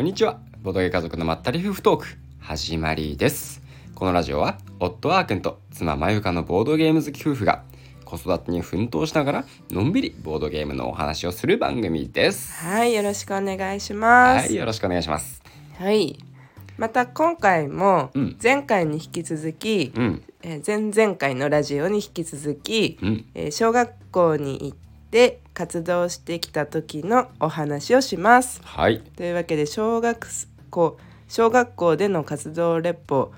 んにちはボドゲ家族のまったり夫婦トーク始まりですこのラジオは夫あーくんと妻まゆかのボードゲーム好き夫婦が子育てに奮闘しながらのんびりボードゲームのお話をする番組ですはい、よろしくお願いしはまいす。よろしくお願いしますはい。また今回もうん前回に引き続き、うんえー前々回のラジオに引き続き、うんえー小学校に行って活動してきた時のお話をします。はいというわけで小学校小学校での活動レポ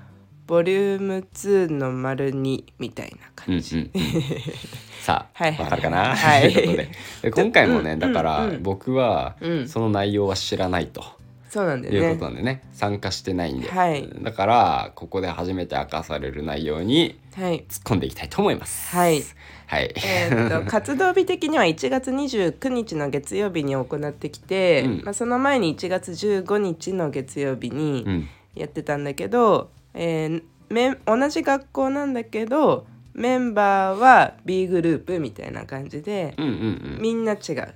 ボリューム2の丸2みたいなうんう 感んじ。さあ、はわいはいかるかな、はいということでで今回もね、うんだからうんうん僕はうんその内容は知らないとそうなんだいうこよとなんね。でね参加してないんで、はいだからここで初めて明かされる内容にはい。突っ込んでいきたいと思いますはいはい、えー っと活動日的には1月29日の月曜日に行ってきて、うんまあ、その前に1月15日の月曜日うにんやってたんだけど、えーメン同じ学校なんだけどメンバーは B グループみたいな感じでうんうんみんな違う、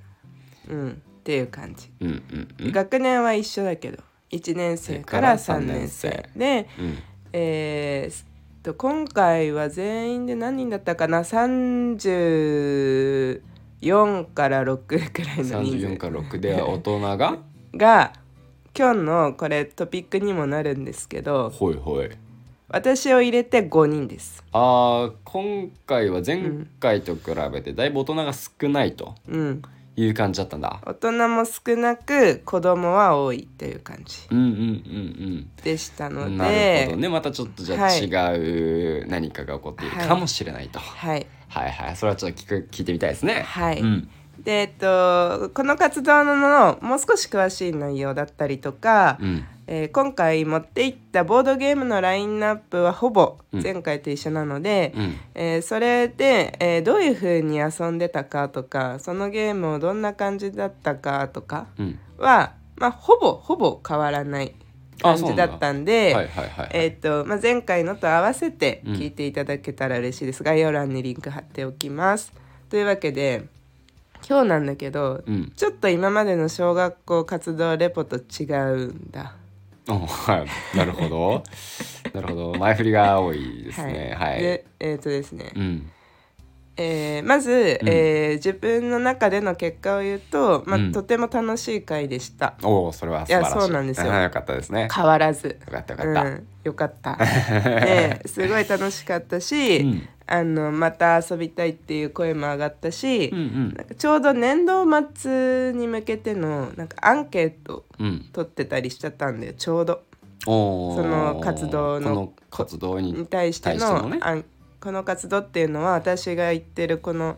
うん、っていう感じ、うんうんうんうん学年は一緒だけど1年生から3年生で、うんえーすと今回は全員で何人だったかな34から6くらいの人34数から6で大人がが今日のこれトピックにもなるんですけどほいほい私を入れて5人です。あー今回は前回と比べてだいぶ大人が少ないとうん、いう感じだったんだ、大人も少なく子供は多いという感じうんうんうんでしたうのんでなるほどねまたちょっとじゃあはい違う何かが起こっているかもしれないと、はいはいはいそれはちょっと聞く聞いてみたいですねはいうんでえっとこの活動のもう少し詳しい内容だったりとか、うんえー今回持っていったボードゲームのラインナップはほぼうん前回と一緒なので、うんえーそれで、えーどういう風に遊んでたかとかそのゲームをどんな感じだったかとかうんは、まあ、ほぼほぼ変わらない感じだったんはいで。はいはいはいえーとまあ、前回のと合わせてうん聞いていただけたら嬉しいです。概要欄にリンク貼っておきます。というわけで今日なんだけど、うんちょっと今までの小学校活動レポと違うんだ。あはいなるほどなるほど前振りが多いですねはい、でえっ、とですね、うんえーまず、うんえー自分の中での結果を言うと、まあうんとても楽しい回でした。おおそれは素晴らしいいやそうなんですよあよかったですね変わらず。よかったよかった、うん、よ かった。ね、すごい楽しかったし、うんあのまた遊びたいっていう声も上がったし、うんうんなんかちょうど年度末に向けてのなんかアンケートうん取ってたりしちゃったんだよちょうどおーその活動のこの活動にに対して対してののねあんこの活動っていうのは私が行ってるこの、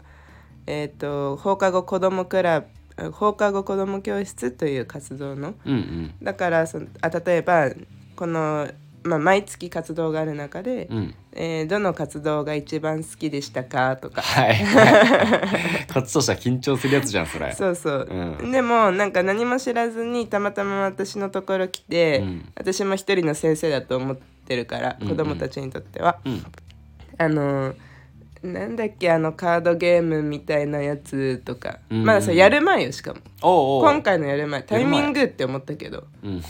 えー、と放課後子どもクラブあ放課後子ども教室という活動のうんうんだからそのあ例えばこの、まあ、毎月活動がある中で、うんえーどの活動が一番好きでしたかとか はいはい。こっちとしては緊張するやつじゃん、それ。そうそう、うんでもなんか何も知らずにたまたま私のところ来て、うん私も一人の先生だと思ってるから、うんうん子供たちにとっては、うん。あのなんだっけあのカードゲームみたいなやつとか、うんうんまださやる前よしかもおうおう。今回のやる前タイミングって思ったけどうん。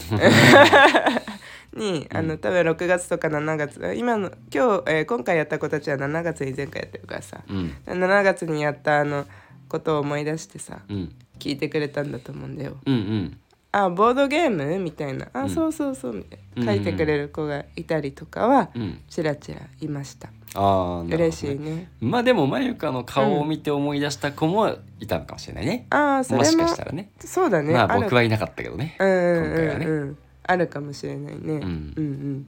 にあの多分6月とか7月今の今日、えー今回やった子たちは7月に前回やってるからさ、うん。 7月にやったあのことを思い出してさうん。聞いてくれたんだと思うんだよ。うんうん。あボードゲームみたいなあ、うんそうそうそうみたいうんうんうなん書いてくれる子がいたりとかは、うん。ちらちらいましたああ、なるほどね嬉しい。ねまあでも、まゆかの顔を見て思い出した子もいたのかもしれないね。ああそれももしかしたらね。そうだね、まある僕はいなかったけどね。うんうん今回はねうんうんあるかもしれないね、んうん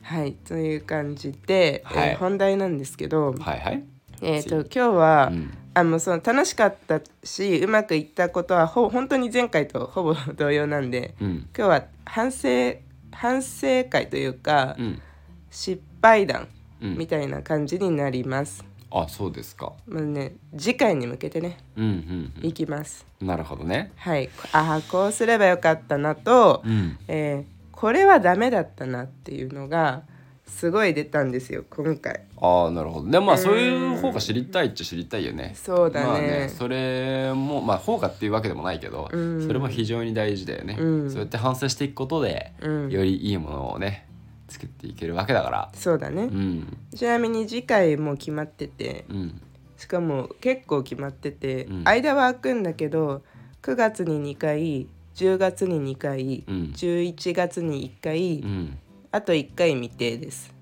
はいという感じで、はいえー本題なんですけど、はいはい。えー、と今日は、うん。あもうその楽しかったしうまくいったことはほ本当に前回とほぼ同様なんでうん。今日は反省反省会というか、うん。失敗談うみん。たいな感じになります。あ、そうですか。まあね、次回に向けてね、うんうんいきます。うん。なるほどね。はい、ああこうすればよかったなと、うん。えーこれはダメだったなっていうのがすごい出たんですよ今回ああなるほどでもまあうんそういう方が知りたいっちゃ知りたいよねそうだね,、まあねそれもまあ方がっていうわけでもないけど、うんそれも非常に大事だよね、うんそうやって反省していくことで、うんよりいいものをね作っていけるわけだからそうだね、うんちなみに次回も決まっててうんしかも結構決まってて、うん間は空くんだけど9月に2回10月に2回、うん11月に1回、うんあと1回未定です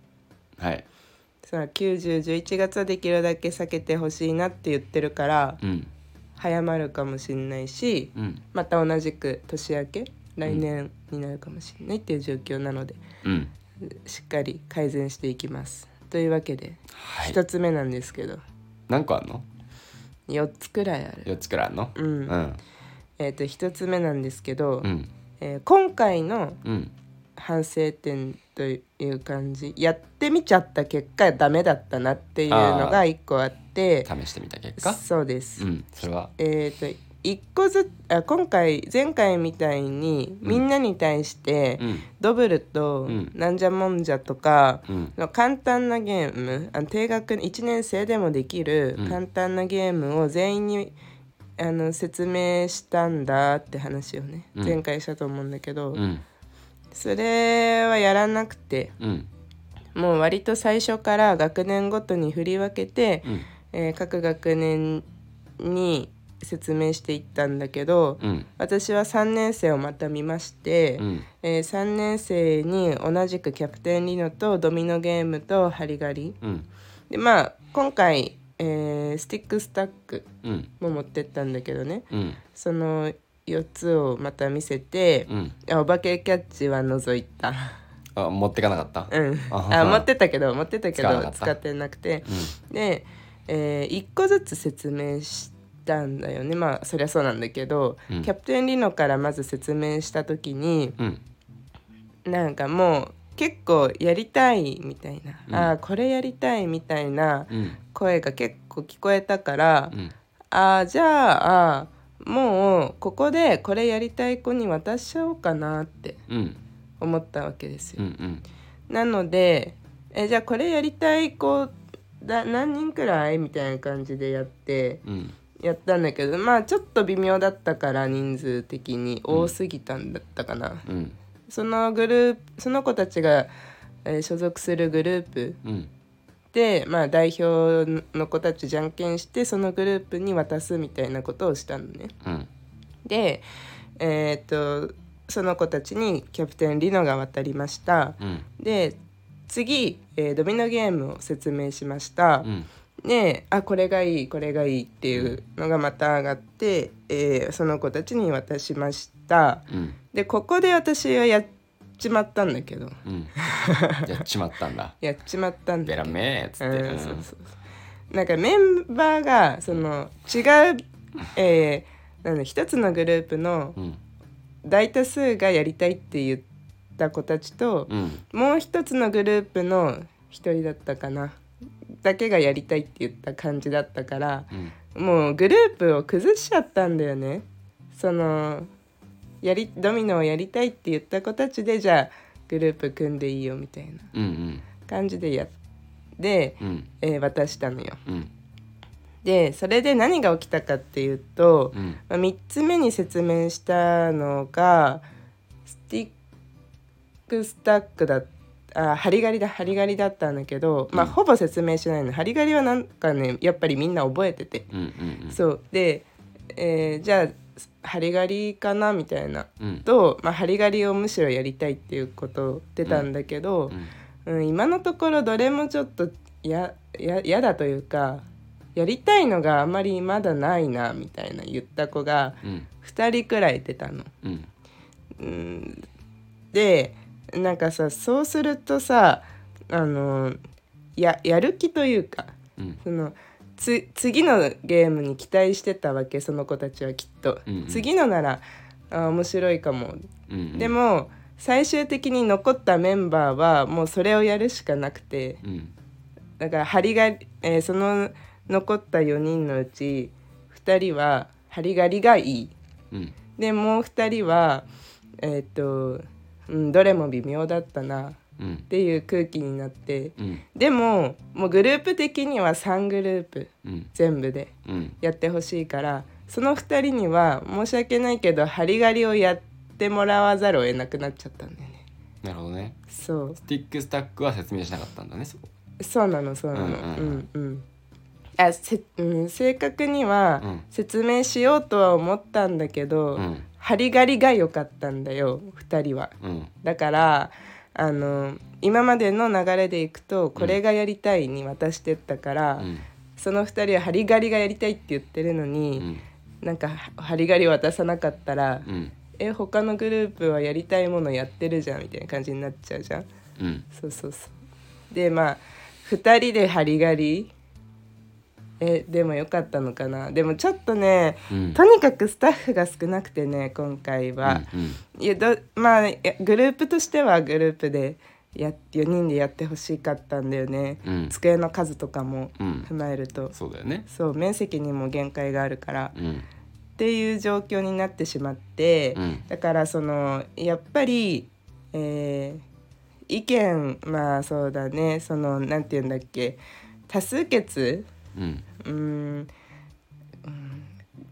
はいさあ9011月はできるだけ避けてほしいなって言ってるからうん早まるかもしんないしうんまた同じく年明け来年になるかもしんないっていう状況なので、うんしっかり改善していきますというわけではい1つ目なんですけど、何個あんの4つくらいある、四つくらいあんのうんうんえー、と1つ目なんですけど、うんえー今回のうん反省点という感じやってみちゃった結果ダメだったなっていうのが1個あって試してみた結果そうです、うんそれはえっ、と一個ずつあ今回前回みたいにみんなに対して、うんドブルとうんなんじゃもんじゃとか、うんの簡単なゲームあの低学年1年生でもできるうん簡単なゲームを全員にあの説明したんだって話をね、うん前回したと思うんだけうど、んそれはやらなくてうんもう割と最初から学年ごとに振り分けて、うんえー各学年に説明していったんだけど、うん私は3年生をまた見まして、うんえ3年生に同じくキャプテンリノとドミノゲームとハリガリうんでまあ今回、えースティックスタックうんも持ってったんだけどねうんその4つをまた見せて、うんあお化けキャッチは除いた あ持ってかなかったうんああ持ってたけど持ってたけ使わなかどった使ってなくてで、え1個ずつ説明したんだよねまあそりゃそうなんだけど、うんキャプテンリノからまず説明した時に、うんうんなんかもう結構やりたいみたいな、うんああこれやりたいみたいなうん声が結構聞こえたから、うんああじゃああーもうここでこれやりたい子に渡しちゃおうかなってうん思ったわけですうよ。んうんなのでえじゃあこれやりたい子だ何人くらいみたいな感じでやってうんやったんだけどまあちょっと微妙だったから人数的に多すぎたんだったかな。うんそのグループその子たちが、えー所属するグループうんで、まあ、代表の子たちじゃんけんしてそのグループに渡すみたいなことをしたのね。うんで、えーっとその子たちにキャプテンリノが渡りました。うんで次、えードミノゲームを説明しましたう。んであこれがいいこれがいいっていうのがまた上がって、えーその子たちに渡しました。うんでここで私はやっちまったんだけど。うんやっちまったんだやっちまったんだベラめーっつうってんそうそうそうなんかメンバーがその違う、えーなんだ一つのグループのうん大多数がやりたいって言った子たちと、うんもう一つのグループの一人だったかなだけがやりたいって言った感じだったからうんもうグループを崩しちゃったんだよね。そのやりドミノをやりたいって言った子たちでじゃあグループ組んでいいよみたいなうん感じでやって、うんうんえー渡したのよ。うんでそれで何が起きたかっていうと、うんまあ、3つ目に説明したのがスティックスタックだあハリガリだハリガリだったんだけど、まあ、うんほぼ説明しないのハリガリはなんかねやっぱりみんな覚えてて、うんうんそうで、えーじゃあハリガリかなみたいなうんと、まあ、ハリガリをむしろやりたいっていうこと出たんだけど、うんうん、今のところどれもちょっとやややだというかやりたいのがあまりまだないなみたいな言った子がうん2人くらい出たの。うんうん、でなんかさそうするとさあのややる気というかうんそのつ次のゲームに期待してたわけその子たちはきっと。うんうん次のならあ面白いかもうんでも最終的に残ったメンバーはもうそれをやるしかなくてうんだからハリガリ、えーその残った4人のうち2人はハリガリがいいうんでもう2人はえーっと、うん、どれも微妙だったなうんていう空気になってうんでももうグループ的には3グループうん全部でうんやってほしいからその2人には申し訳ないけどハリガリをやってもらわざるを得なくなっちゃったんだよねなるほどねそうスティックスタックは説明しなかったんだねそこそうなのそうなのうんううんんうんあせ、うん、正確にはうん説明しようとは思ったんだけど、うんハリガリが良かったんだよ2人はうんだからあの今までの流れでいくとこれがやりたいに渡してったから、うんその2人はハリガリがやりたいって言ってるのうに、んなんかハリガリ渡さなかったら、うんえ他のグループはやりたいものやってるじゃんみたいな感じになっちゃうじゃんうんそうそうそうでまあ2人でハリガリえでもよかったのかなでもちょっとねうんとにかくスタッフが少なくてね今回は、うんいやどまあいやグループとしてはグループでや4人でやってほしかったんだよね、うん机の数とかもうん踏まえると、そうだよねそう面積にも限界があるから、うんっていう状況になってしまって、うんだからそのやっぱり、えー意見まあそうだねそのなんて言うんだっけ多数決うんうーんうーん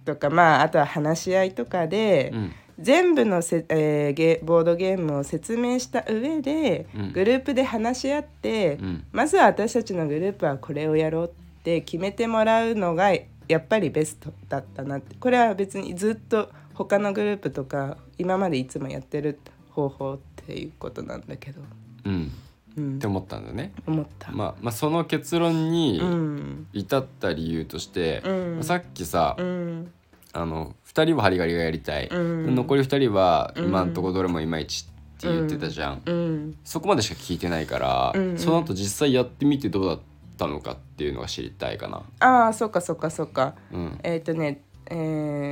とかまああとは話し合いとかで。うん全部のせ、えーゲボードゲームを説明した上で、うんグループで話し合って、うんまずは私たちのグループはこれをやろうって決めてもらうのがやっぱりベストだったなってこれは別にずっと他のグループとか今までいつもやってる方法っていうことなんだけど、うんうんって、思ったんだよね思った。まあまあその結論にうん至った理由としてうんさっきさうんあの2人はハリガリがやりたいうん残り2人はうん今んとこどれもいまいちって言ってたじゃんうんそこまでしか聞いてないからうんうんその後実際やってみてどうだったのかっていうのが知りたいかなああそっかそっかそっか。うんえっ、とね、え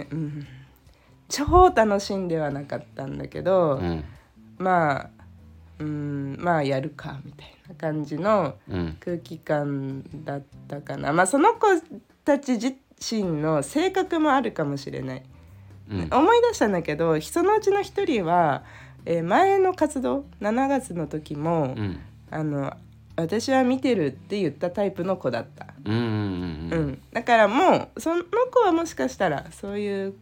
ーうん、超楽しんではなかったんだけうど、んまあうんまあやるかみたいな感じのうん空気感だったかなまあその子たち自身の性格もあるかもしれない、うん思い出したんだけどそのうちの一人は、えー前の活動7月の時も、うんあの私は見てるって言ったタイプの子だったうんうんうんううんん、だからもうその子はもしかしたらそういう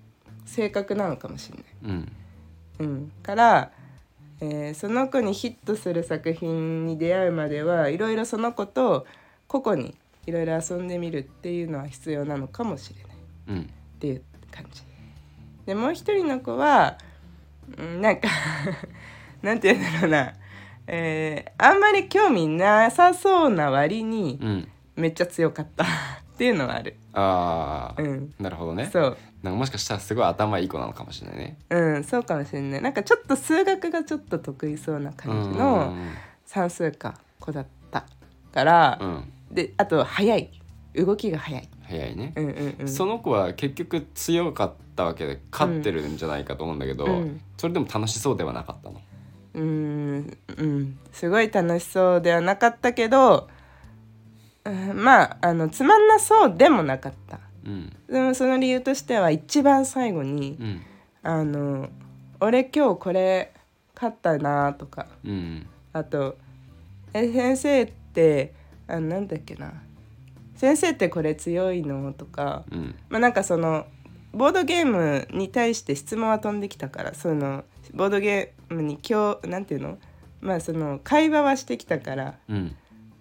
性格なのかもしれなうい、んうん、から、えーその子にヒットする作品に出会うまではいろいろその子と個々にいろいろ遊んでみるっていうのは必要なのかもしれないっうんていう感じでもう一人の子は、うん、なんか なんて言うんだろうな、えーあんまり興味なさそうな割にうんめっちゃ強かったっていうのはある。ああうんなるほどねそうなんかもしかしたらすごい頭いい子なのかもしれないねうん、そうかもしれないなんかちょっと数学がちょっと得意そうな感じの算数か子だったから、うんうんであと早い動きが早い、早いねうんうんうん、その子は結局強かったわけで勝ってるんじゃないかと思うんだけど、うんそれでも楽しそうではなかったの。うーん、うん、すごい楽しそうではなかったけど、うん、まああのつまんなそうでもなかったうんでもその理由としては一番最後にうん「あの俺今日これ勝ったな」とかうんあと「え先生ってあなんだっけな先生ってこれ強いの?」とかうんまあなんかそのボードゲームに対して質問は飛んできたからそのボードゲームに今日なんていうのまあその会話はしてきたからうん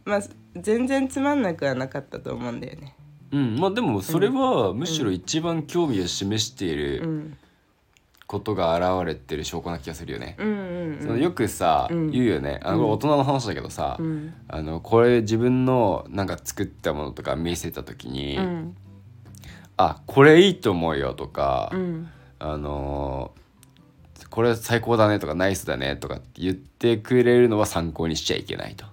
まあ全然つまんなくはなかったと思うんだよね。うん、まあでもそれはむしろ一番興味を示していうるん、ことが現れてる証拠な気がするよね。うんうんそうのんよくさ、うん言うよねあのこれ大人の話だけどさ、うんあのこれ自分のなんか作ったものとか見せた時に「うんあこれいいと思うよ」とか、うんあのーこれ最高だねとかナイスだねとかって言ってくれるのは参考にしちゃいけないと、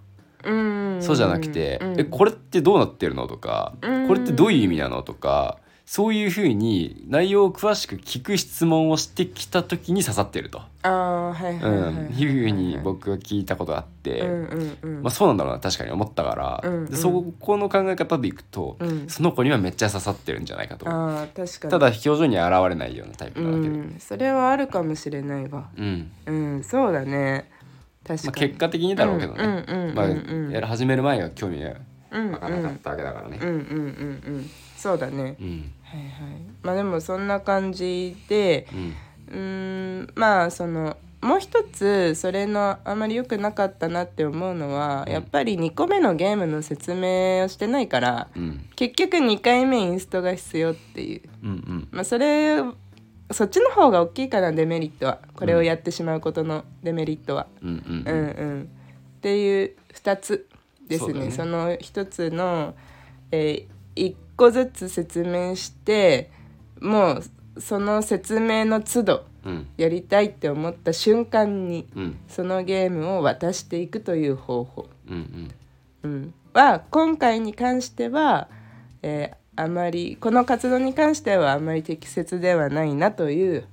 うんそうじゃなくて、うんえこれってどうなってるのとか、うんこれってどういう意味なのとかそういうふうに内容を詳しく聞く質問をしてきた時に刺さってると、ああはいはいはい、うん、いうふうに僕は聞いたことがあって、うんうんうんまあ、そうなんだろうな確かに思ったから、うんでそこの考え方でいくと、うんその子にはめっちゃ刺さってるんじゃないかと思うああ確かにただ表情に現れないようなタイプうなわけで。ん、それはあるかもしれないわうんうんそうだね確まあ、かに、結果的にだろうけどね、うんうんうんうんまあうんやる始める前が興味がうんうん湧かなかったわけだからねうんうんうんうんそうだねうんはいはいまあでもそんな感じでうんうーんまあそのもう一つそれのあまり良くなかったなって思うのは、うんやっぱり2個目のゲームの説明をしてないからうん結局2回目インストが必要っていううんうんまあそれそっちの方が大きいかなデメリットはこれをやってしまうことのデメリットは、うんうんうんうん、っていう2つですそうだねねその1つの、え1個ずつ説明してもうその説明の都度うんやりたいって思った瞬間にうんそのゲームを渡していくという方法、うんうんうん、は今回に関しては、えーあまりこの活動に関してはあまり適切ではないなという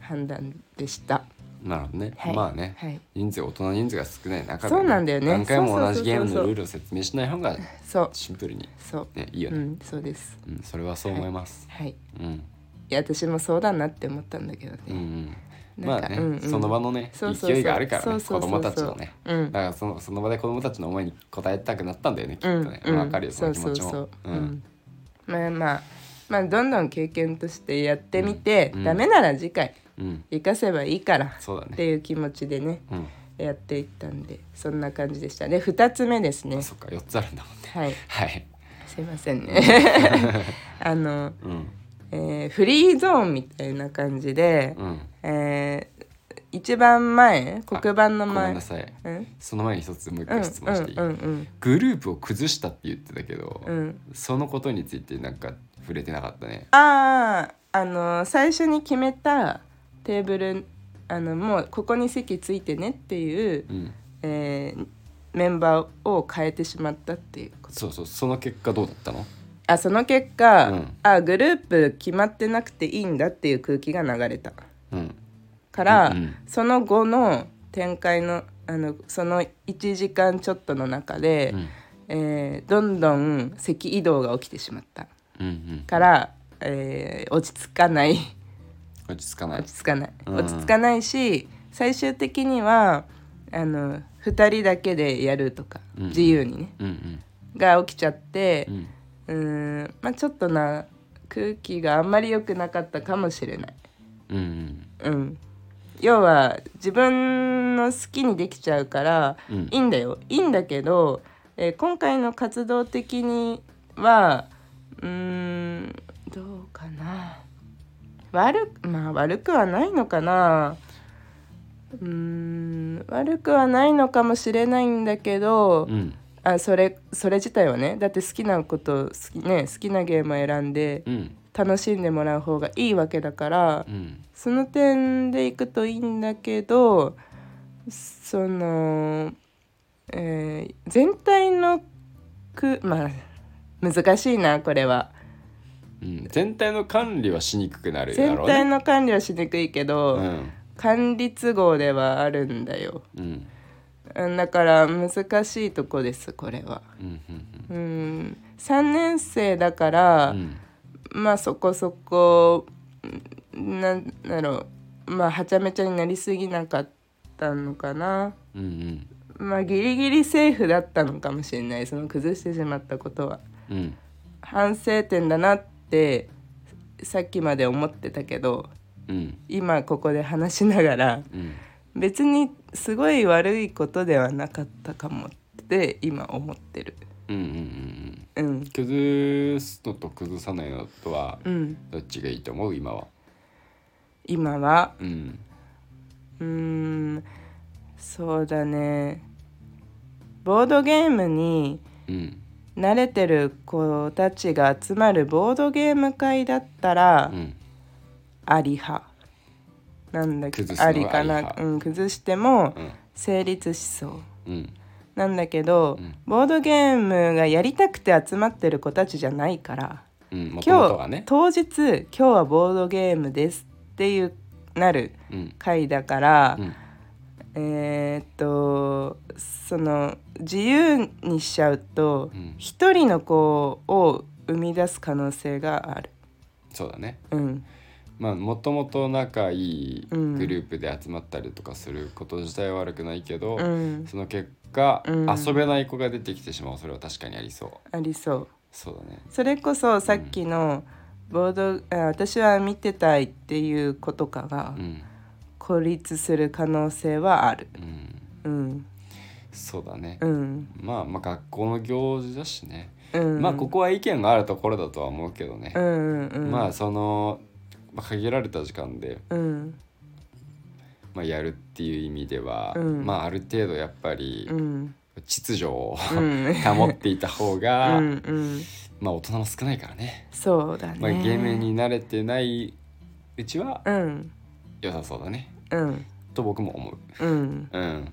判断でした。なるほどね、はいまあね、はい人数大人人数が少ない中で、そうなんだよね何回も同じそうそうそうゲーそうムのルールを説明しない方がそうシンプルにそう、ねいいようね、ん、そうです。うんそれはそう思います、はい。うんいや私もそうだなって思ったんだけどね、うんうん、なまんあかね、うんうんその場のねそうそうそう勢いがあるからそうね子そうそうそう供たちのね、うんだからそのその場で子供たちの思いに応えたくなったんだよねきっとね、うんわかるよその気持ちもそうそうそう、ううんん、まあまあまあどんどん経験としてやってみて、うんダメなら次回うん生かせばいいからそうだねっていう気持ちでねうんやっていったんでそんな感じでしたで2つ目ですねそっか4つあるんだもんねはいはいすいませんね あの、うん えーフリーゾーンみたいな感じで、うんえー一番前黒ご板のめん前なさいうんその前に一つもう一うん回質問していい、うんうんグループを崩したって言ってたけど、うんうんそのことについてなんか触れてなかったねあああの最初に決めたテーブルあのもうここに席ついてねっていう、うんえーメンバーを変えてしまったっていうことそうそうその結果どうだったのあその結果、うんあグループ決まってなくていいんだっていう空気が流れたうんから、うんうんその後の展開のあのその1時間ちょっとの中で、うんえーどんどん席移動が起きてしまったうんうんから、えー落ち着かない。落ち着かない落ち着かない、うん落ち着かないし最終的にはあの2人だけでやるとか、うん自由にねうんうんが起きちゃってうんうーんまあちょっとな空気があんまり良くなかったかもしれない、うんうんうん、要は自分の好きにできちゃうから、うんいいんだよいいんだけど、えー今回の活動的にはうーんどうかな悪くまあ悪くはないのかなうーん悪くはないのかもしれないんだけど、うんあそれそれ自体はねだって好きなこと好き,、ね、好きなゲームを選んでうん楽しんでもらう方がいいわけだから、うんその点でいくといいんだけどその、えー全体のくまあ難しいなこれはうん全体の管理はしにくくなるだ全ろう体ねの管理はしにくいけど、管理都合ではあるんだようんうんうんだから難しいとこですこれは。うんうん3年生だかうら、んうんまあそこそこんなんだろうまあはちゃめちゃになりすぎなかったのかな。うんうんまあギリギリセーフだったのかもしれないその崩してしまったことはうん反省点だなってさっきまで思ってたけどうん今ここで話しながらうん別にすごい悪いことではなかったかもって今思ってるうんうんうんうん崩すのと崩さないのとはうんどっちがいいと思う今は今はうんうーんそうだねボードゲームにうん慣れてる子たちが集まるボードゲーム会だったら、うんあり派なんだけ崩どすのはありかありな、派うん、崩してもうん成立しそううんなんだけど、うんボードゲームがやりたくて集まってる子たちじゃないからうんもとも今と日、はね当日今日はボードゲームですっていうなるうん回だから、うんえーっとその自由にしちゃうとうん一、人の子を生み出す可能性がある。そうだねうん、まあもともと仲いいうんグループで集まったりとかすること自体は悪くないけど、うんその結果、うん遊べない子が出てきてしまうそれは確かにありそうありそうそうだねそれこそさっきのボード、あ私は見てたいっていうことかがうん孤立する可能性はあるうんうんそうだね、うんまあまあ学校の行事だしね、うんまあここは意見があるところだとは思うけどねう、んうんうんまあそのまあ限られた時間で、うんまあ、やるっていう意味では、うんまあある程度やっぱりうん秩序をうん保っていた方が、うんうんまあ大人も少ないからね、そうだねまあ、ゲームに慣れてないうちはうん良さそうだねうんと僕も思う。うんうん、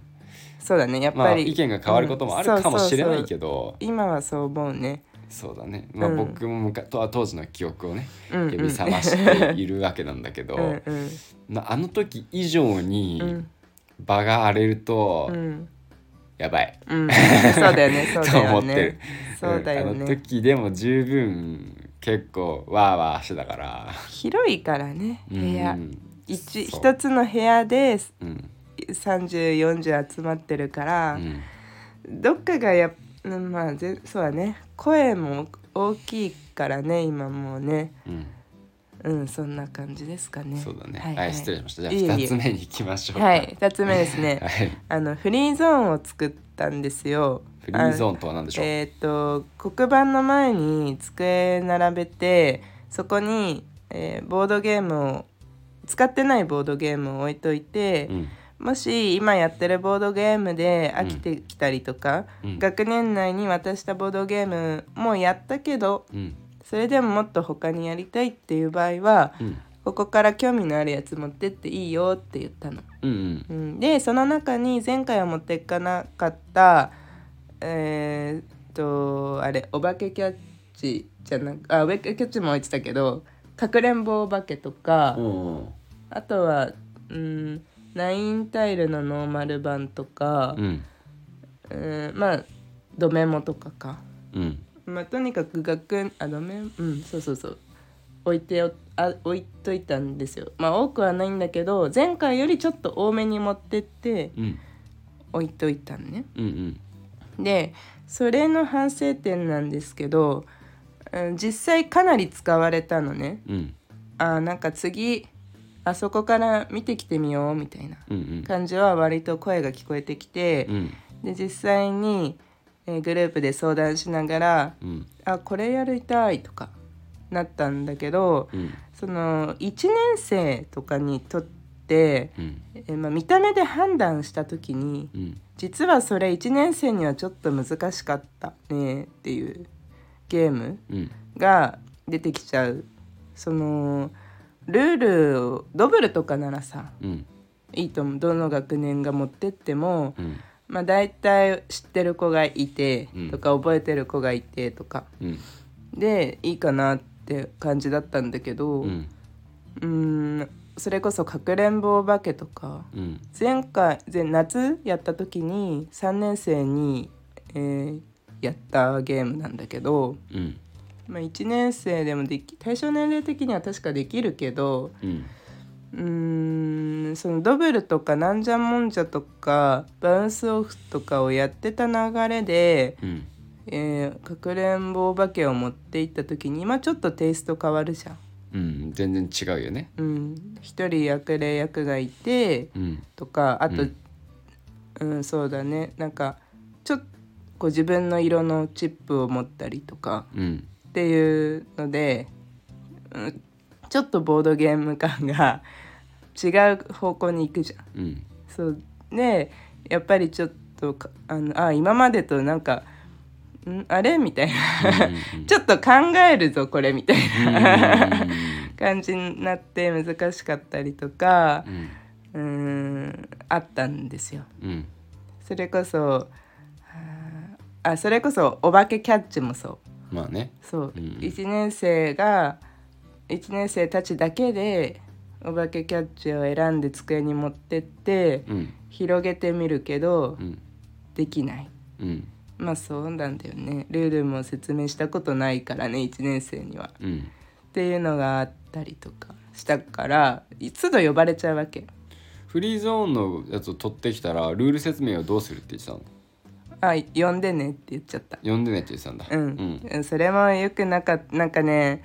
そうだねやっまぱあり、意見が変わることもあるかもしれないけど、ど今はそう思うねそうだね、まあ、うん僕もむかと当時の記憶をねうんうん呼び覚ましているわけなんだけど、 うんうんまあ、あの時以上にうん場が荒れるとうんやばい、うん、そうだよね、そうだよ と思ってるね。そうだよんあのね。時でも十分結構わーわーしてたから広いからね、部屋。うん一そう一つの部屋でうん3040集まってるかうら、んどっかがやっうんまあぜそうだね声も大きいからね今もうねうんうんそんな感じですかねそうだねは、はいい、はい、失礼しましたじいえゃあいえ2つ目に行きましょうかはい2つ目です ね、はいあのフリーゾーンを作ったんですよフリーゾーンとは何でしょう、えーっ、と黒板の前に机並べてそこに、えーボードゲームを使ってないボードゲームを置いといて、うんもし今やってるボードゲームで飽きてきたりとか、うん学年内に渡したボードゲームもやったけどうんそれでももっと他にやりたいっていう場合はうんここから興味のあるやつ持ってっていいよって言ったの。うんうんうん、でその中に前回は持っていかなかったえーっとあれお化けキャッチじゃなくあお化けキャッチも置いてたけどかくれんぼお化けとか、うんあとはうんナインタイルのノーマル版とかう、んうん、まあドメモとかか、うんまあ、とにかく学あドメうんそうそうそう置いておあ置いといたんですよまあ多くはないんだけど前回よりちょっと多めに持ってってうん置いといたのねうんうんでそれの反省点なんですけど、うん、実際かなり使われたのねうんあーなんか次あそこから見てきてみようみたいなうんうん感じは割と声が聞こえてきてう、んで実際に、えーグループで相談しながらうん「あこれやりたい」とかなったんだけどうんその1年生とかにとって、うんえーまあ、見た目で判断した時にうん実はそれ1年生にはちょっと難しかったねっていうゲームうんが出てきちゃう。そのルールをドブルとかならさうんいいと思うどの学年が持ってってもうんまあ、大体知ってる子がいてうんとか覚えてる子がいてとか、うんでいいかなって感じだったんだけどううんんーんそれこそ「かくれんぼお化け」とかうん前回前夏やった時に3年生に、えーやったゲームなんだけど、うんまあ、1年生でもでき対象年齢的には確かできるけどうんうーんそのドブルとかなんじゃもんじゃとかバウンスオフとかをやってた流れで、うんえーかくれんぼお化けを持っていった時に今ちょっとテイスト変わるじゃん。うん全然違うよねうん、一人役例役がいてうんとかあと、ううんん、そうだねなんかちょっとこう自分の色のチップを持ったりとかうんっていうので、うん、ちょっとボードゲーム感が違う方向に行くじゃん。うんそうでやっぱりちょっとかあのあ今までとなんかんあれみたいなちょっと考えるぞこれみたいな感じになって難しかったりとかうんうーんあったんですよ。うんそれこそああそれこそお化けキャッチもそうまあねそう、うん1年生が1年生たちだけでお化けキャッチを選んで机に持ってってうん広げてみるけどうんできないうんまあそうなんだよねルールも説明したことないからね1年生にはうんっていうのがあったりとかしたから都度呼ばれちゃうわけフリーゾーンのやつを取ってきたらルール説明をどうするって言ってたのあ呼んでねって言っちゃった呼んでねって言ってたんだうん、それもよくなかっなんかね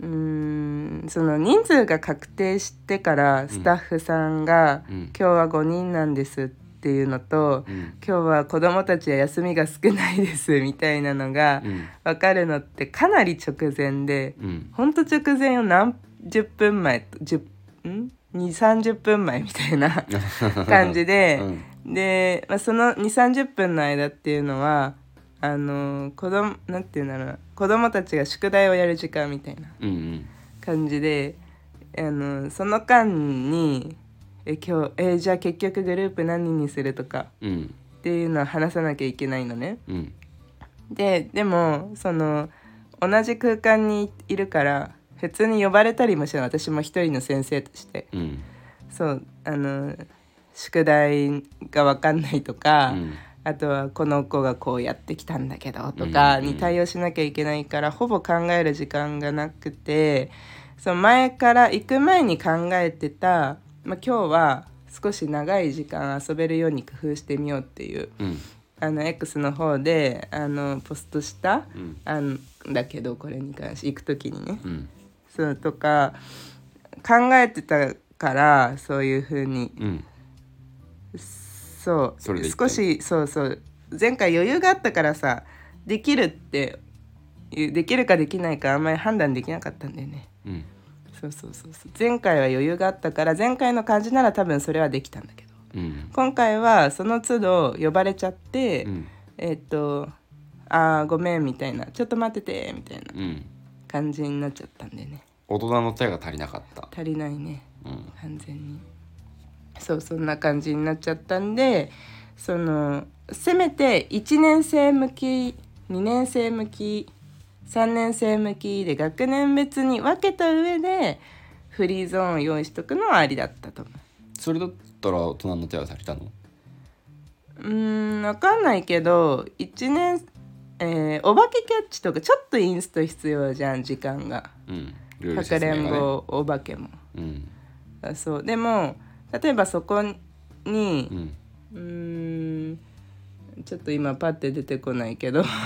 うーんその人数が確定してからスタッフさんが「うん今日は5人なんです」っていうのと「うん今日は子供たちは休みが少ないです」みたいなのがうん分かるのってかなり直前でうんほんと直前を何十分前10ん2 3 0分前みたいな感 じで。うんで、まあ、その2 3 0分の間っていうのはあの子供なんて言うんだろうな子供たちが宿題をやる時間みたいなうん感じであのその間に「え今日えじゃあ結局グループ何人にする?」とかうんうんっていうのを話さなきゃいけないのね。うんででもその同じ空間にいるから普通に呼ばれたりもしない私も一人の先生としてうんそうあの宿題が分かんないとか。うんあとはこの子がこうやってきたんだけどとかうんに対応しなきゃいけないからほぼ考える時間がなくてその前から行く前に考えてた、まあ、今日は少し長い時間遊べるように工夫してみようっていううんあの X の方であのポストしたうんあんだけどこれに関して行く時にねうんそうとか考えてたからそういう風にうんそうそれでいった少しそうそう前回余裕があったからさできるっていうできるかできないかあんまり判断できなかったんだよねうんそうそうそうそう前回は余裕があったから前回の感じなら多分それはできたんだけどうん今回はその都度呼ばれちゃって、うんえーっと「あーごめん」みたいな「ちょっと待ってて」みたいなうん感じになっちゃったんだよね大人の手が足りなかった足りないねうん完全にそうそんな感じになっちゃったんでそのせめて1年生向き2年生向き3年生向きで学年別に分けた上でフリーゾーンを用意しとくのはありだったと思それだったら大人の手は足りたのううーん分かんないけど1年、えーお化けキャッチとかちょっとインスト必要じゃん時間が。うんルーかルく説れ明んがねぼお化けもうんあそうでも例えばそこにうんうーんちょっと今パッて出てこないけど う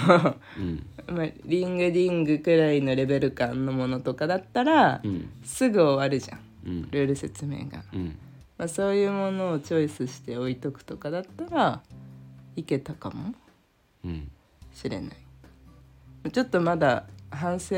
んまあリングディングくらいのレベル感のものとかだったら、うんすぐ終わるじゃんうんルール説明が、うんまあ、そういうものをチョイスして置いとくとかだったらいけたかもうんしれないちょっとまだ反省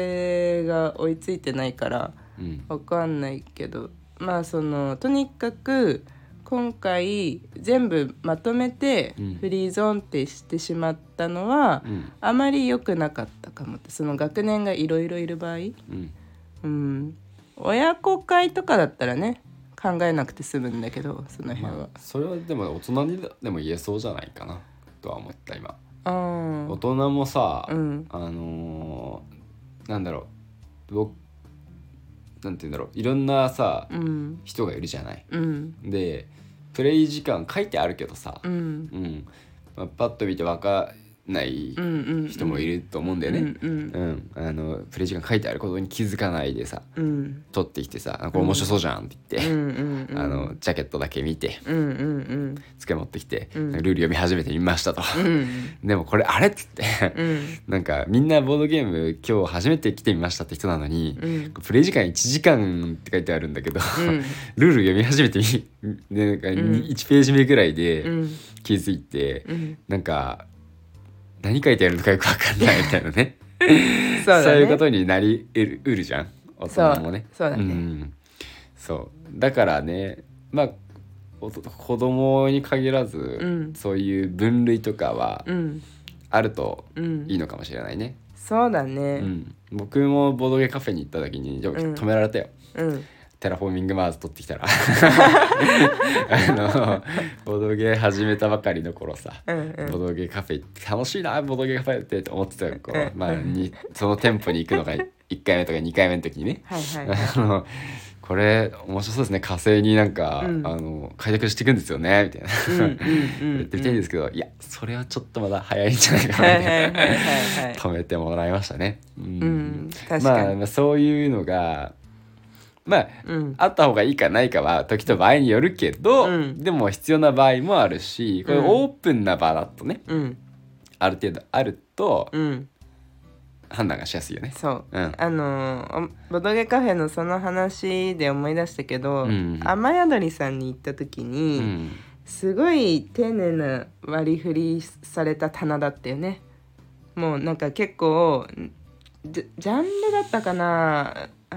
が追いついてないからうんわかんないけどまあそのとにかく今回全部まとめてうんフリーゾーンってしてしまったのは、うんあまり良くなかったかもってその学年がいろいろいる場合、うんうん、親子会とかだったらね考えなくて済むんだけどその辺はま。あそれはでも大人にでも言えそうじゃないかなとは思った今あ大ー人もさ、うんあのーなんだろう僕なんて言うんだろういろんなさうん人がいるじゃないうんでプレイ時間書いてあるけどさうんう、んうんまあ、パッと見て分かんないうんうん人もいると思うんだよね、うんうんうん、あのプレイ時間書いてあることに気づかないでさうん取ってきてさ「あこれ面白そうじゃん」って言うって、んうんうんあのジャケットだけ見てうんうん机持ってきて、うんルール読み始めてみましたと、うんうんでもこれあれっつって、うんなんかみんなボードゲーム今日初めて来てみましたって人なのに、うんプレイ時間1時間って書いてあるんだけど、ん ルール読み始めてみでなんかん1ページ目ぐらいでうん気づいて、うんなんか何書いてあるのかよくわかんないみたいなねそうだねいうことになり得るうるじゃん大人もね。そうそうだねんそうだからねまあおと子供に限らず、んそういう分類とかはうんあるとうんいいのかもしれないね。そうだうねん、僕もボードゲーカフェに行った時によくうん止められたよ、うんテラフォーミングマーズ取ってき たらあのボードゲー始めたばかりの頃さ、うんうボーんドゲーカフェ行って楽しいなボードゲーカフェってと思ってた子、うんまあ、にその店舗に行くのが1回目とか2回目の時にねはいはいはい あのこれ面白そうですね火星になんか、うんあの開拓していくんですよねみたいな、うんうんうんやってみたいんですけど、いやそれはちょっとまだ早いんじゃないかなはいみはいたいなは いはいはい止めてもらいましたね。うんうん確かにまあ、まあそういうのがまあうんあった方がいいかないかは時と場合によるけど、うんでも必要な場合もあるしこれうんオープンな場だとね、うんある程度あるとうん判断がしやすいよね。そう、うんあのーおボドゲカフェのその話で思い出したけど、うん雨宿りさんに行った時に、うん、すごい丁寧な割り振りされた棚だったよねもうなんか結構ジャジャンルだったかなあー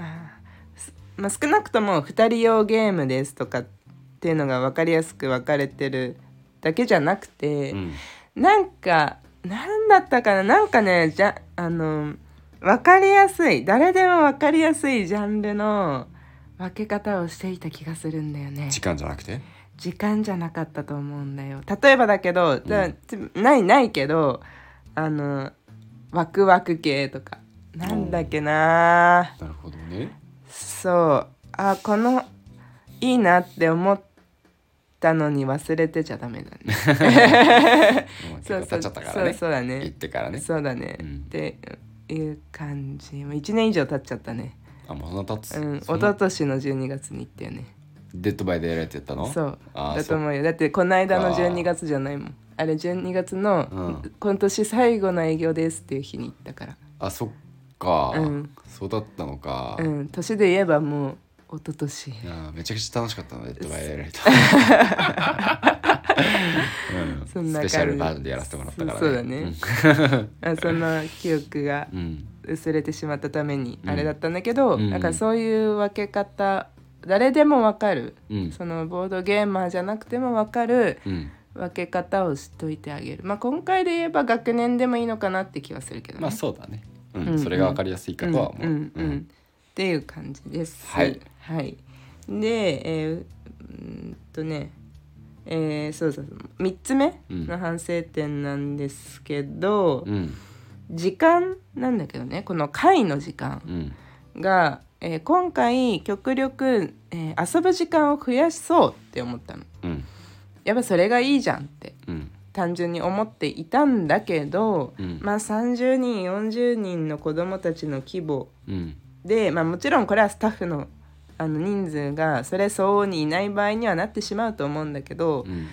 すまあ、少なくとも2人用ゲームですとかっていうのが分かりやすく分かれてるだけじゃなくて、うんなんかなんだったかななんかねじゃあの分かりやすい誰でも分かりやすいジャンルの分け方をしていた気がするんだよね時間じゃなくて時間じゃなかったと思うんだよ例えばだけど、じゃあうんつないないけどあのワクワク系とかなんだっけななるほどね。そうあこのいいなって思ったのに忘れてちゃダメだ ねもう結構経っそうそうちゃったかそらうね。そうだね行ってからね。そうだね、うんっていう感じ1年以上経っちゃったねあもうそんな経つ。うん一そん昨な年の12月に行ったよねデッドバイデイライトやったのそうあーだと思うよだってこの間のあー12月じゃないもんあれ12月の、うん今年最後の営業ですっていう日に行ったからあそっか、うんそうだったのか、うん年で言えばもう一昨年いやーめちゃくちゃ楽しかったのデッドバイデイライト、うん、そんスな感じペシャルバージョンでやらせてもらったからそうそうだね あその記憶がうん、うん薄れてしまったためにうんあれだったんだけど、うんなんかそういう分け方誰でも分かる、うんそのボードゲーマーじゃなくても分かるうん分け方をしといてあげるまあ今回で言えば学年でもいいのかなって気はするけどね、まあそうだね、うんうんそれが分かりやすいかとは思う、んうんうんっていう感じです。はい、はい、で、えー、うーんとね、えー、そうそうそう3つ目うんの反省点なんですけど、うん時間なんだけどねこの会の時間うんが、えー今回極力、えー遊ぶ時間を増やしそうって思ったの。うんやっぱそれがいいじゃんってうん単純に思っていたんだけど、うんまあ30人40人の子どもたちの規模うんで、まあ、もちろんこれはスタッフのあの人数がそれ相応にいない場合にはなってしまうと思うんだけど、うん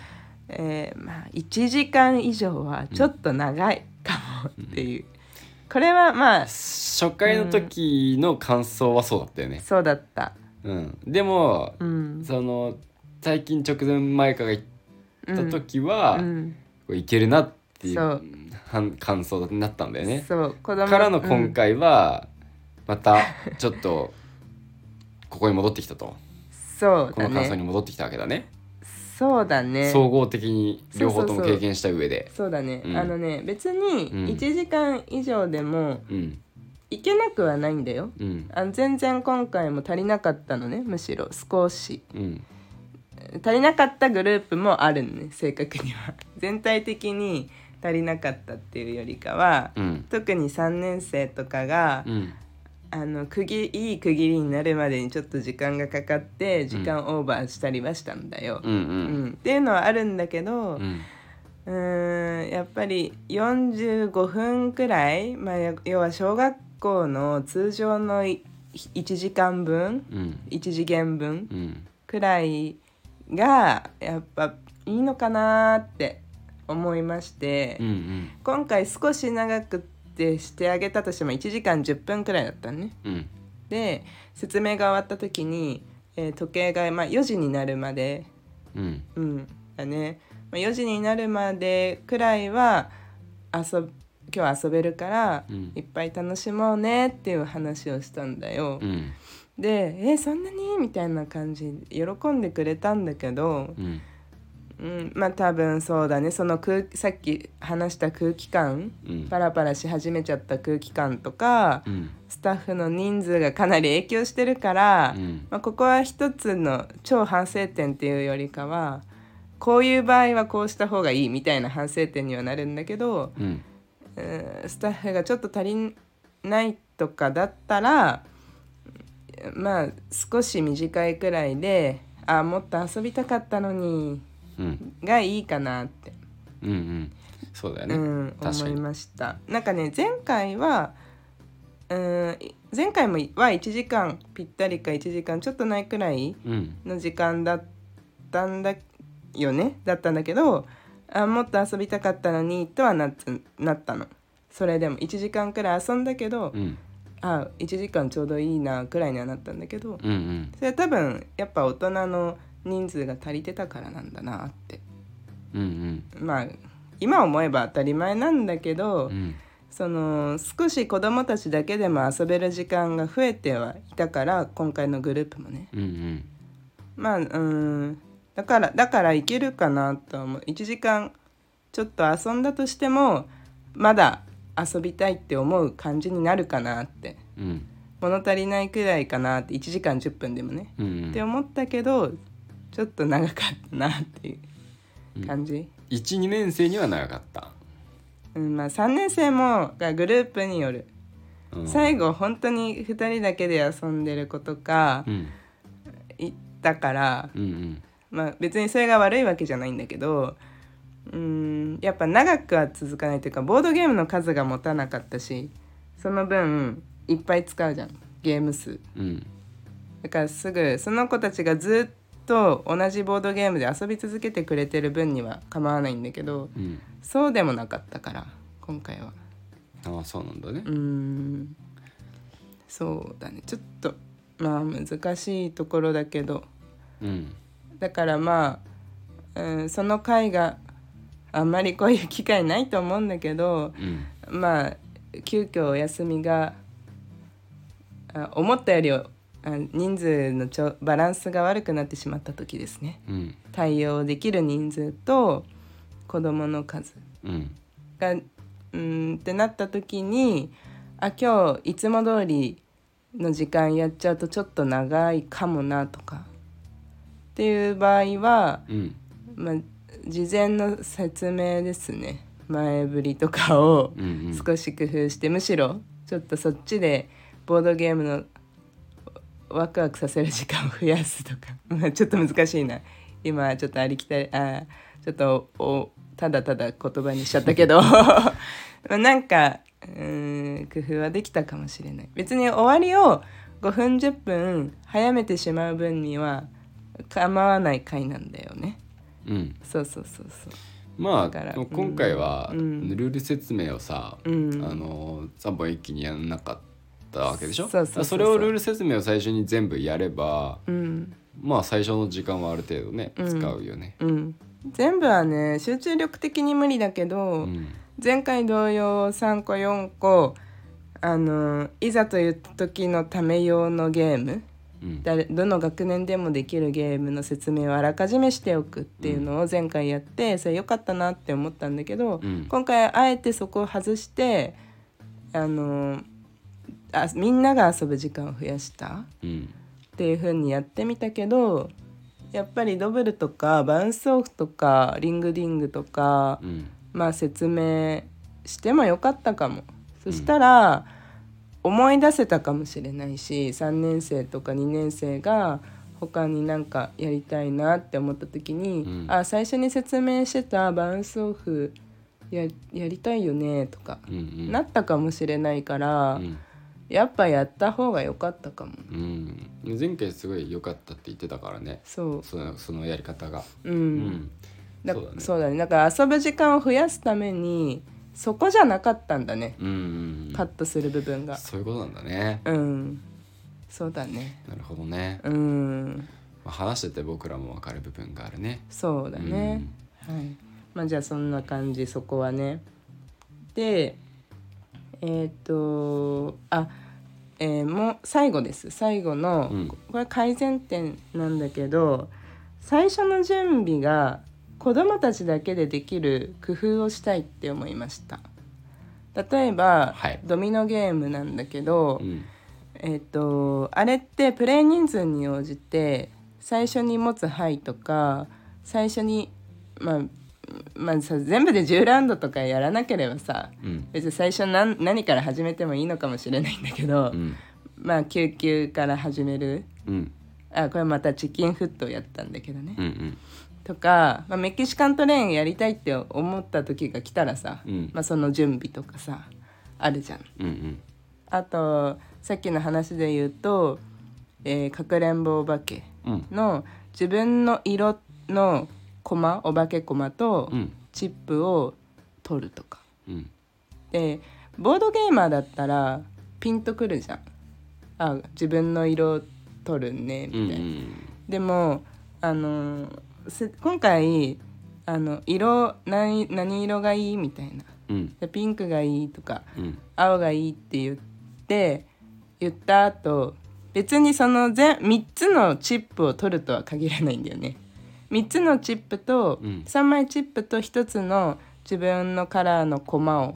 えーまあ、1時間以上はちょっと長いかもっていう、これはまあ初回の時の感想はそうだったよね、そうだった。うん、でもうん、その最近直前前かが行った時は、うんこういけるなっていそううはん感想になったんだよね。そう子供からのう今ん回はまたちょっとここに戻ってきたと、そうこだの感想にね戻ってきたわけだねそうだね総合的に両方とそもうそう経そう験した上でそうだね、うんあのね別うんに1時間以上でもうんいけなくはないんだようんあの全然今回も足りなかったのねむしろ少しうん足りなかったグループもあるのね正確には 全体的に足りなかったっていうよりかは、うん特に3年生とかが、うんあの区切いい区切りになるまでにちょっと時間がかかって時間オーバーしたりはしたんだよ。うんううんんっていうのはあるんだけど、うんうーんやっぱり45分くらい、まあ、や要は小学校の通常の1時間分うん1次元分うんくらいがやっぱいいのかなーって思いまして、うんうん今回少し長くってしてあげたとしても1時間10分くらいだったのね。うんで説明が終わった時に、えー時計が、まあ、4時になるまで、うんうんだねまあ、4時になるまでくらいは遊ぶ今日は遊べるから、うんいっぱい楽しもうねっていう話をしたんだよ。うんで「えそんなに?」みたいな感じ喜んでくれたんだけど、うんうん、まあ多分そうだねその空さっき話した空気感うんパラパラし始めちゃった空気感とか、うんスタッフの人数がかなり影響してるから、うんまあ、ここは一つの超反省点っていうよりかはこういう場合はこうした方がいいみたいな反省点にはなるんだけど、うんうんスタッフがちょっと足りないとかだったらまあ少し短いくらいであもっと遊びたかったのにうんがいいかなって、うんうんそうだようねん、確思かいにましたなんかね前回はうーんい前回もは1時間ぴったりか1時間ちょっとないくらいうんの時間だったんだよねだったんだけどあもっと遊びたかったのにとはなっつなったのそれでも1時間くらい遊んだけど、うんあ1時間ちょうどいいなくらいにはなったんだけど、うんうんそれは多分やっぱ大人の人数が足りてたからなんだなってうんうんまあ今思えば当たり前なんだけど、うんその少し子供たちだけでも遊べる時間が増えてはいたから今回のグループもねうんうんまあうんだからだからいけるかなとは思う1時間ちょっと遊んだとしてもまだ遊びたいって思う感じになるかなってうん物足りないくらいかなって1時間10分でもね、うんうってん思ったけどちょっと長かったなっていう感じ、 12年生には長かった、うんまあ、3年生もがグループによるうん、最後本当に2人だけで遊んでる子とかうんいたから、うんうんまあ、別にそれが悪いわけじゃないんだけどうーんやっぱ長くは続かないというかボードゲームの数が持たなかったしその分いっぱい使うじゃんゲーム数うんだからすぐその子たちがずっと同じボードゲームで遊び続けてくれてる分には構わないんだけどうんそうでもなかったから今回はああそうなんだねうーんそうだねちょっとまあ難しいところだけどうんだからまあ、うん、その回があんまりこういう機会ないと思うんだけどうんまあ急遽お休みがあ思ったよりあ人数のちょバランスが悪くなってしまった時ですねうん対応できる人数と子どもの数うんがうーんってなった時にあ今日いつも通りの時間やっちゃうとちょっと長いかもなとかっていう場合は、うんまあ、事前の説明ですね前振りとかをうんうん少し工夫して、むしろちょっとそっちでボードゲームのワクワクさせる時間を増やすとか まあちょっと難しいな今ちょっとありきたりあーちょっとおただただ言葉にしちゃったけど まあなんかうーん工夫はできたかもしれない別に終わりを5分10分早めてしまう分には構わない回なんだよねうんそうそうそうそまだからあ今回はうんルール説明をさ、ううんあの3本一気にやんなかったわけでしょそうそうそうそうだかられをルール説明を最初に全部やればうんまあ最初の時間はある程度ねうん使うよね。うん全部はね集中力的に無理だけど、うん前回同様3個4個あのいざという時のため用のゲームうん誰どの学年でもできるゲームの説明をあらかじめしておくっていうのを前回やって、それ良かったなって思ったんだけど、うん今回あえてそこを外してあのあみんなが遊ぶ時間を増やした。うんっていう風にやってみたけどやっぱりドブルとかバウンスオフとかリングディングとか、うんまあ説明してもよかったかもそしたら思い出せたかもしれないし3年生とか2年生が他になんかやりたいなって思った時に、うんあ最初に説明してたバウンスオフややりたいよねとか、うんうんなったかもしれないから、うんやっぱやった方が良かったかも。うん前回すごい良かったって言ってたからねそうそのそのやり方が。ううんんだそうだねそうだねだから遊ぶ時間を増やすためにそこじゃなかったんだねうんうんカットする部分がそういうことなんだね。うんそうだねなるほどね。うんまあ話してて僕らも分かる部分があるね。そうだね、はいまあじゃあそんな感じそこはねでえっ、とあえーもう最後です最後の、うんこれ改善点なんだけど最初の準備が子どもたちだけでできる工夫をしたいって思いました例えば、はいドミノゲームなんだけど、うんえっ、とあれってプレイ人数に応じて最初に持つ牌とか最初にまあまあさ全部で10ラウンドとかやらなければさうん別に最初何何から始めてもいいのかもしれないんだけど、うんまあ救急から始めるうんあこれまたチキンフットをやったんだけどね、うんうんとか、まあ、メキシカントレーンやりたいって思った時が来たらさ、うんまあ、その準備とかさあるじゃん。うんうんあとさっきの話で言うと、えーかくれんぼお化けうんの自分の色の駒お化け駒とうんチップを取るとか。うんでボードゲーマーだったらピンとくるじゃん。あ自分の色取るねみうたいな。んでもあのせ今回あの色何何色がいいみたいなうんでピンクがいいとかうん青がいいって言って言った後別にその全3つのチップを取るとは限らないんだよね。3つのチップとうん3枚チップと1つの自分のカラーのコマを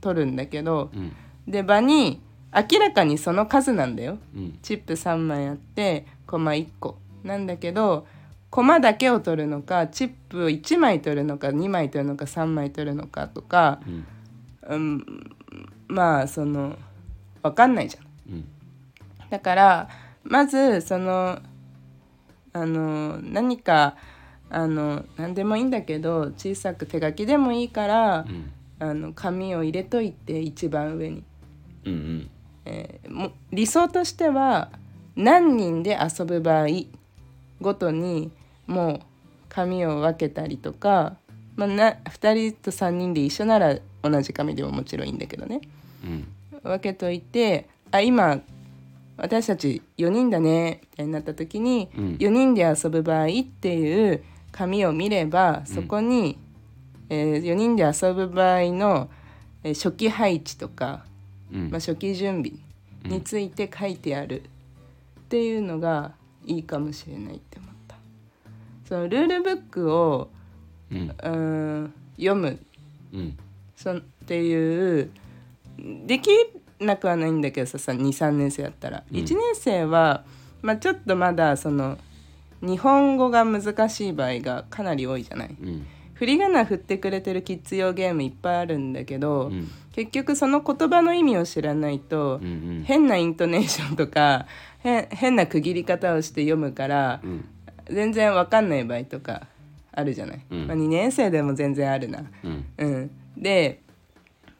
取るんだけどうんで場に明らかにその数なんだよ。うんチップ3枚あってコマ1個なんだけどコマだけを取るのかチップを1枚取るのか2枚取るのか3枚取るのかとか、うんうん、まあその分かんないじゃん。うんだからまずそのあの何かあの何でもいいんだけど小さく手書きでもいいから、うんあの紙を入れといて一番上に。うんえーも理想としては何人で遊ぶ場合ごとにもう紙を分けたりとか、まあ、な2人と3人で一緒なら同じ紙でももちろんいいんだけどねうん分けといてあ今私たち4人だねみたいになった時に、うん4人で遊ぶ場合っていう紙を見ればそこに、え4人で遊ぶ場合の、えー初期配置とかうんまあ、初期準備について書いてあるっていうのがいいかもしれないって思った。そのルールブックをうんうーん読むうんそんっていうできなくはないんだけどささ23年生だったら、うん1年生は、まあ、ちょっとまだその日本語が難しい場合がかなり多いじゃない。うん振り仮名振ってくれてるキッズ用ゲームいっぱいあるんだけうど、ん結局その言葉の意味を知らないうと、ん変なイントネーションとか変変な区切り方をして読むからうん全然わかんない場合とかあるじゃない、うんまあ、2年生でも全然あるな。うんうん、で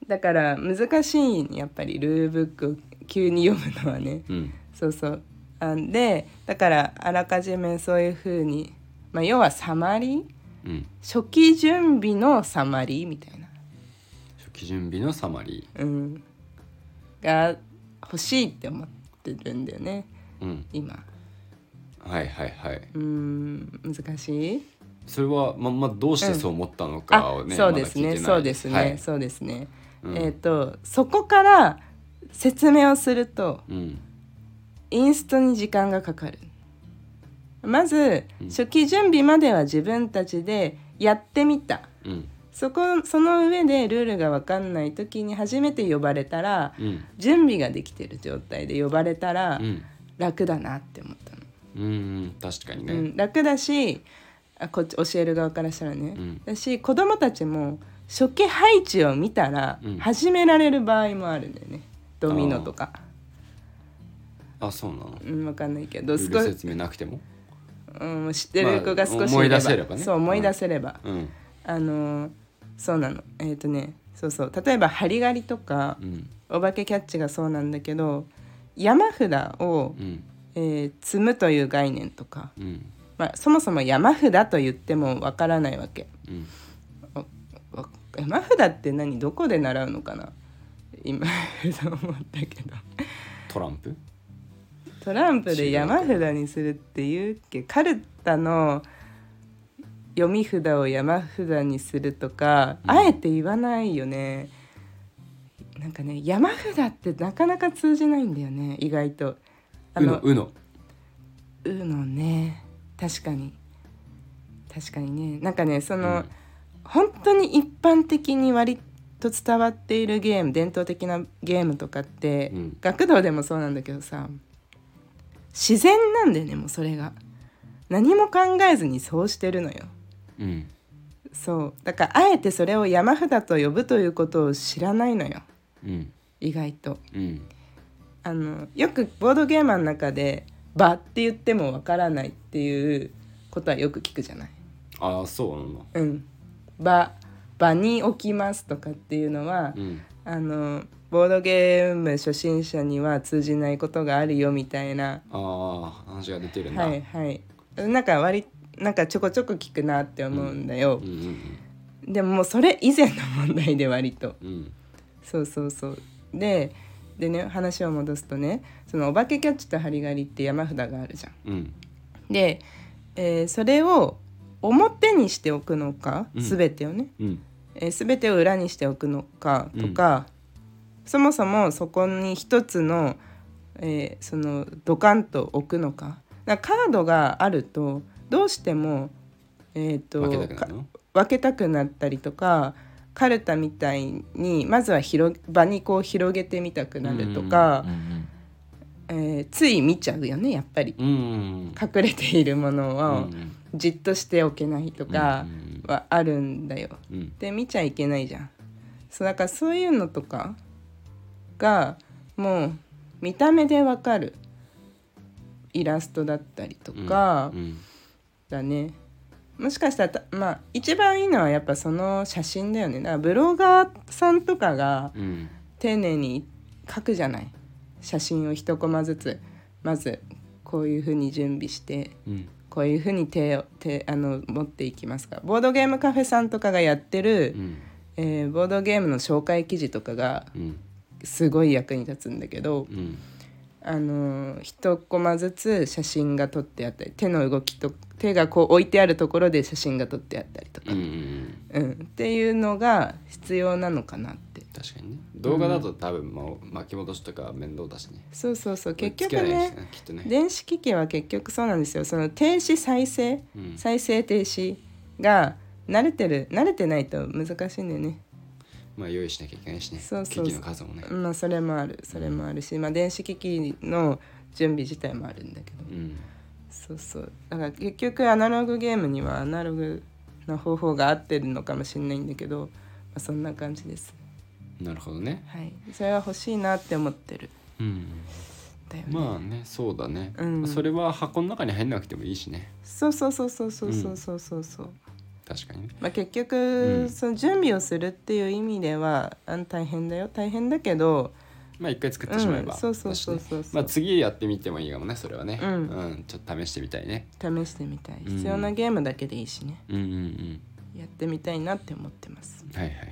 だから難しいやっぱりルールブックを急に読むのはねうんそうそうあんでだからあらかじめそういう風にまあ、要はサマリーうん初期準備のサマリーみたいな、初期準備のサマリうん、が欲しいって思ってるんだよねーうん今。はいはいはいうーん難しいそれはままどうしてそう思ったのかをね、そうですね、まだ聞いてないそうですね、はいそうですね、うんえっ、とそこから説明をするとうんインストに時間がかかるまずうん初期準備までは自分たちでやってみたうんそこその上でルールが分かんない時に初めて呼ばれたらうん準備ができてる状態で呼ばれたらうん楽だなって思ったの、うん確かにね、うん、楽だしあこっち教える側からしたらね、うんだし子供たちも初期配置を見たらうん始められる場合もあるんだよね、ドミノとか、あそうなのうん、分かんないけどルール少し、説明なくてもうん、知ってる子が少しいれまば、あ思い出せればねそう思い出せれば、うんあのーそうなのえっ、とねそうそう例えばハリガリとかう、んお化けキャッチがそうなんだけど山札をう、んえー積むという概念とか、うんまあ、そもそも山札と言ってもわからないわけ。うんわわ山札って何どこで習うのかな今そう思ったけどトランプトランプで山札にするっていうっけカルタの読み札を山札にするとか、うんあえて言わないよねなんかね山札ってなかなか通じないんだよね意外とあうののうのうのね確かに確かにねなんかねその、うん本当に一般的に割と伝わっているゲーム伝統的なゲームとかって、うん学童でもそうなんだけどさ自然なんだよねもうそれが何も考えずにそうしてるのようんそうだからあえてそれを山札と呼ぶということを知らないのようん意外とうんあのよくボードゲーマーの中で「場」って言ってもわからないっていうことはよく聞くじゃないああそうなのうん場場に置きますとかっていうのは、うんあのボードゲーム初心者には通じないことがあるよみたいなああ話が出てるんだ、はいはいなんか割なんかちょこちょこ聞くなって思うんだようん、うんでももうそれ以前の問題で割とうんうんそうそうそうででね話を戻すとねそのお化けキャッチとハリガリって山札があるじゃん。うんで、えーそれを表にしておくのかうん全てをね、うんえー全てを裏にしておくのかとか、そもそもそこに一つの、えーそのドカンと置くのかなんかカードがあるとどうしても、えー、と分けたくなかるの分けたくなったりとかカルタみたいにまずは広げ場にこう広げてみたくなるとかう、んえーつい見ちゃうよねやっぱりうんうん隠れているもうんのをじっとしておけないとかはあるんだよ。うんうんで見ちゃいけないじゃんそうだからそういうのとかがもう見た目でわかるイラストだったりとうんかうんだね、もしかしたらたまあ一番いいのはやっぱその写真だよねだからブロガーさんとかがうん丁寧に書くじゃない写真を一コマずつまずこういうふうに準備してうんこういうふうに手を手あの持っていきますかボードゲームカフェさんとかがやってる、うんえーボードゲームの紹介記事とかがうんすごい役に立つんだけど、うんあのー一コマずつ写真が撮ってあったり手の動きと手がこう置いてあるところで写真が撮ってあったりとか、うんうんうんっていうのが必要なのかなって確かにね動画だと多分、まあ、巻き戻しとか面倒だしねそうそうそう結局追いつけないしねきっとね電子機器は結局そうなんですよその停止再生うん再生停止が慣れてる慣れてないと難しいんだよね。まあ用意しなきゃいけないしねそうそうそう機器の数もねまあそれもあるそれもあるし、まあ、電子機器の準備自体もあるんだけどうんそうそうだから結局アナログゲームにはアナログな方法が合ってるのかもしれないんだけど、まあ、そんな感じですなるほどねはいそれは欲しいなって思ってるうんだよね、まあねそうだね、うんそれは箱の中に入んなくてもいいしねそうそうそうそうそうそうそうそうそう確かにねまあ結う局んその準備をするっていう意味ではあの大変だよ大変だけどまあ一回作ってしまえば、うんそうそうそうそうだしねまあ次やってみてもいいかもねそれはねうんちょっと試してみたいね試してみたいうん必要なゲームだけでいいしね、うんうんやってみたいなって思ってますうんはいはいは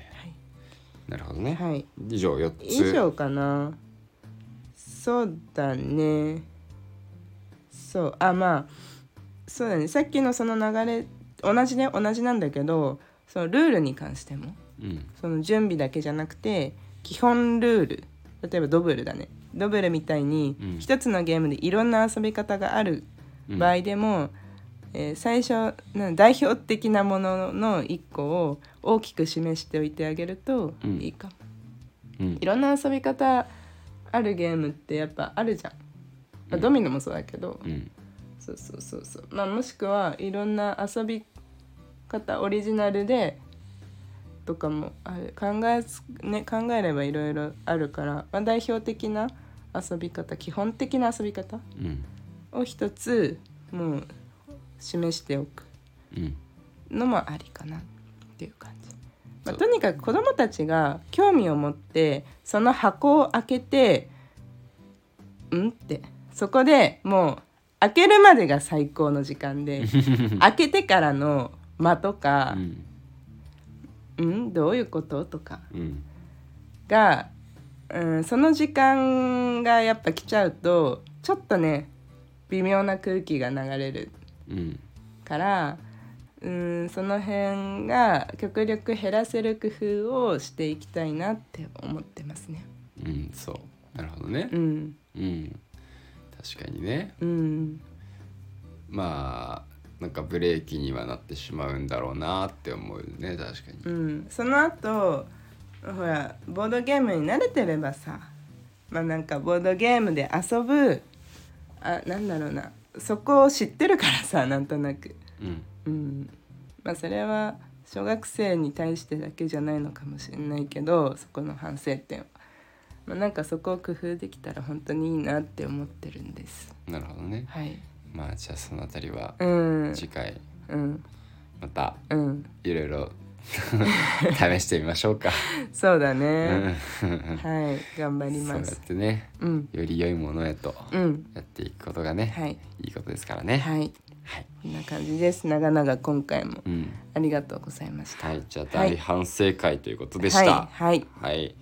なるほどね、い、はい、以上4つ以上かなそうだねそうあまあそうだねさっきのその流れ同じね同じなんだけどそのルールに関してもうんその準備だけじゃなくて基本ルール例えばドブルだねドブルみたいにうん一つのゲームでいろんな遊び方があるうん場合でも、えー最初な代表的なものの一個を大きく示しておいてあげるとうんいいかもうんいろんな遊び方あるゲームってやっぱあるじゃん、まあうんドミノもそうだけど、うんそうそうそうそうまあもしくはいろんな遊び方オリジナルでとかもある考えつ、ね、考えればいろいろあるから、まあ、代表的な遊び方基本的な遊び方うんを一つもう示しておくうんのもありかなっていう感じ、まあ、そうとにかく子どもたちが興味を持ってその箱を開けて「うん?」ってそこでもう開けるまでが最高の時間 で開けてからの間とかうん「うんどういうこと?」とかうんが、うん、その時間がやっぱ来ちゃうとちょっとね微妙な空気が流れるうんからうーんその辺が極力減らせる工夫をしていきたいなって思ってますね。うんそうなるほどねうんうん確かにねうんまあなんかブレーキにはなってしまうんだろうなって思うね確かにうん、その後ほらボードゲームに慣れてればさまあなんかボードゲームで遊ぶあなんだろうなそこを知ってるからさなんとなく、うんうん、まあそれは小学生に対してだけじゃないのかもしれないけどそこの反省点は、まあ、なんかそこを工夫できたら本当にいいなって思ってるんですなるほどねはいまあじゃあそのあたりはうん次回うんまたうんいろいろ 試してみましょうか。そうだうね、んはい頑張りそうやまっすてね、うんより良いものへとうんやっていくことがね、はいいいことですからね。はいはいこんな感じです長々今回もうんありがとうございましたはい、じゃあはい大反省会ということでした。ははい、はい、い、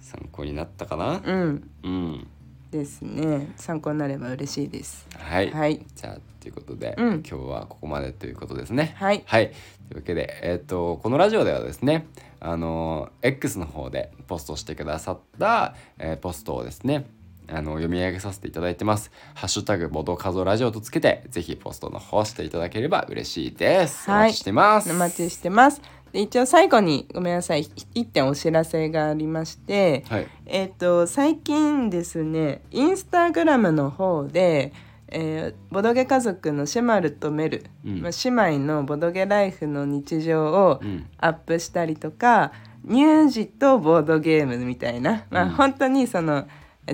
参考になったかな。うんうん、ですね参考になれば嬉しいですはい、はいじゃあということで、う今ん日はここまでということですね。はいというわけで、えっとこのラジオではですねあの X の方でポストしてくださった、えーポストをですねあの読み上げさせていただいてます。ハッシュタグボドカゾラジオとつけてぜひポストの方していただければ嬉しいです。はおい待ちしてます。お待ちしてますで一応最後にごめんなさい一点お知らせがありまして、はい。えっ、と最近ですねインスタグラムの方で、えーボドゲ家族のシェマルとメル、うんまあ、姉妹のボドゲライフの日常をうんアップしたりとか、乳児とボードゲームみたいな、まあうん本当にその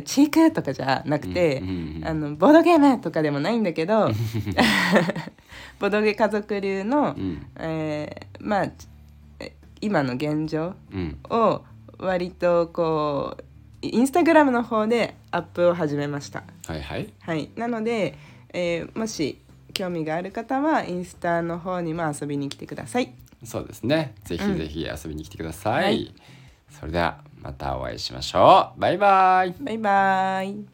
チークとかじゃなくて、うんうんうんあのボードゲームとかでもないんだ けどボドゲ家族流うの、んえーまあえ今の現状うんを割とこうインスタグラムの方でアップを始めました。はいはい。はい、なので、えーもし興味がある方はインスタの方にも遊びに来てください。そうですね。ぜひぜひ遊びに来てください。はいそれではまたお会いしましょう。バイバイ。バイバイ。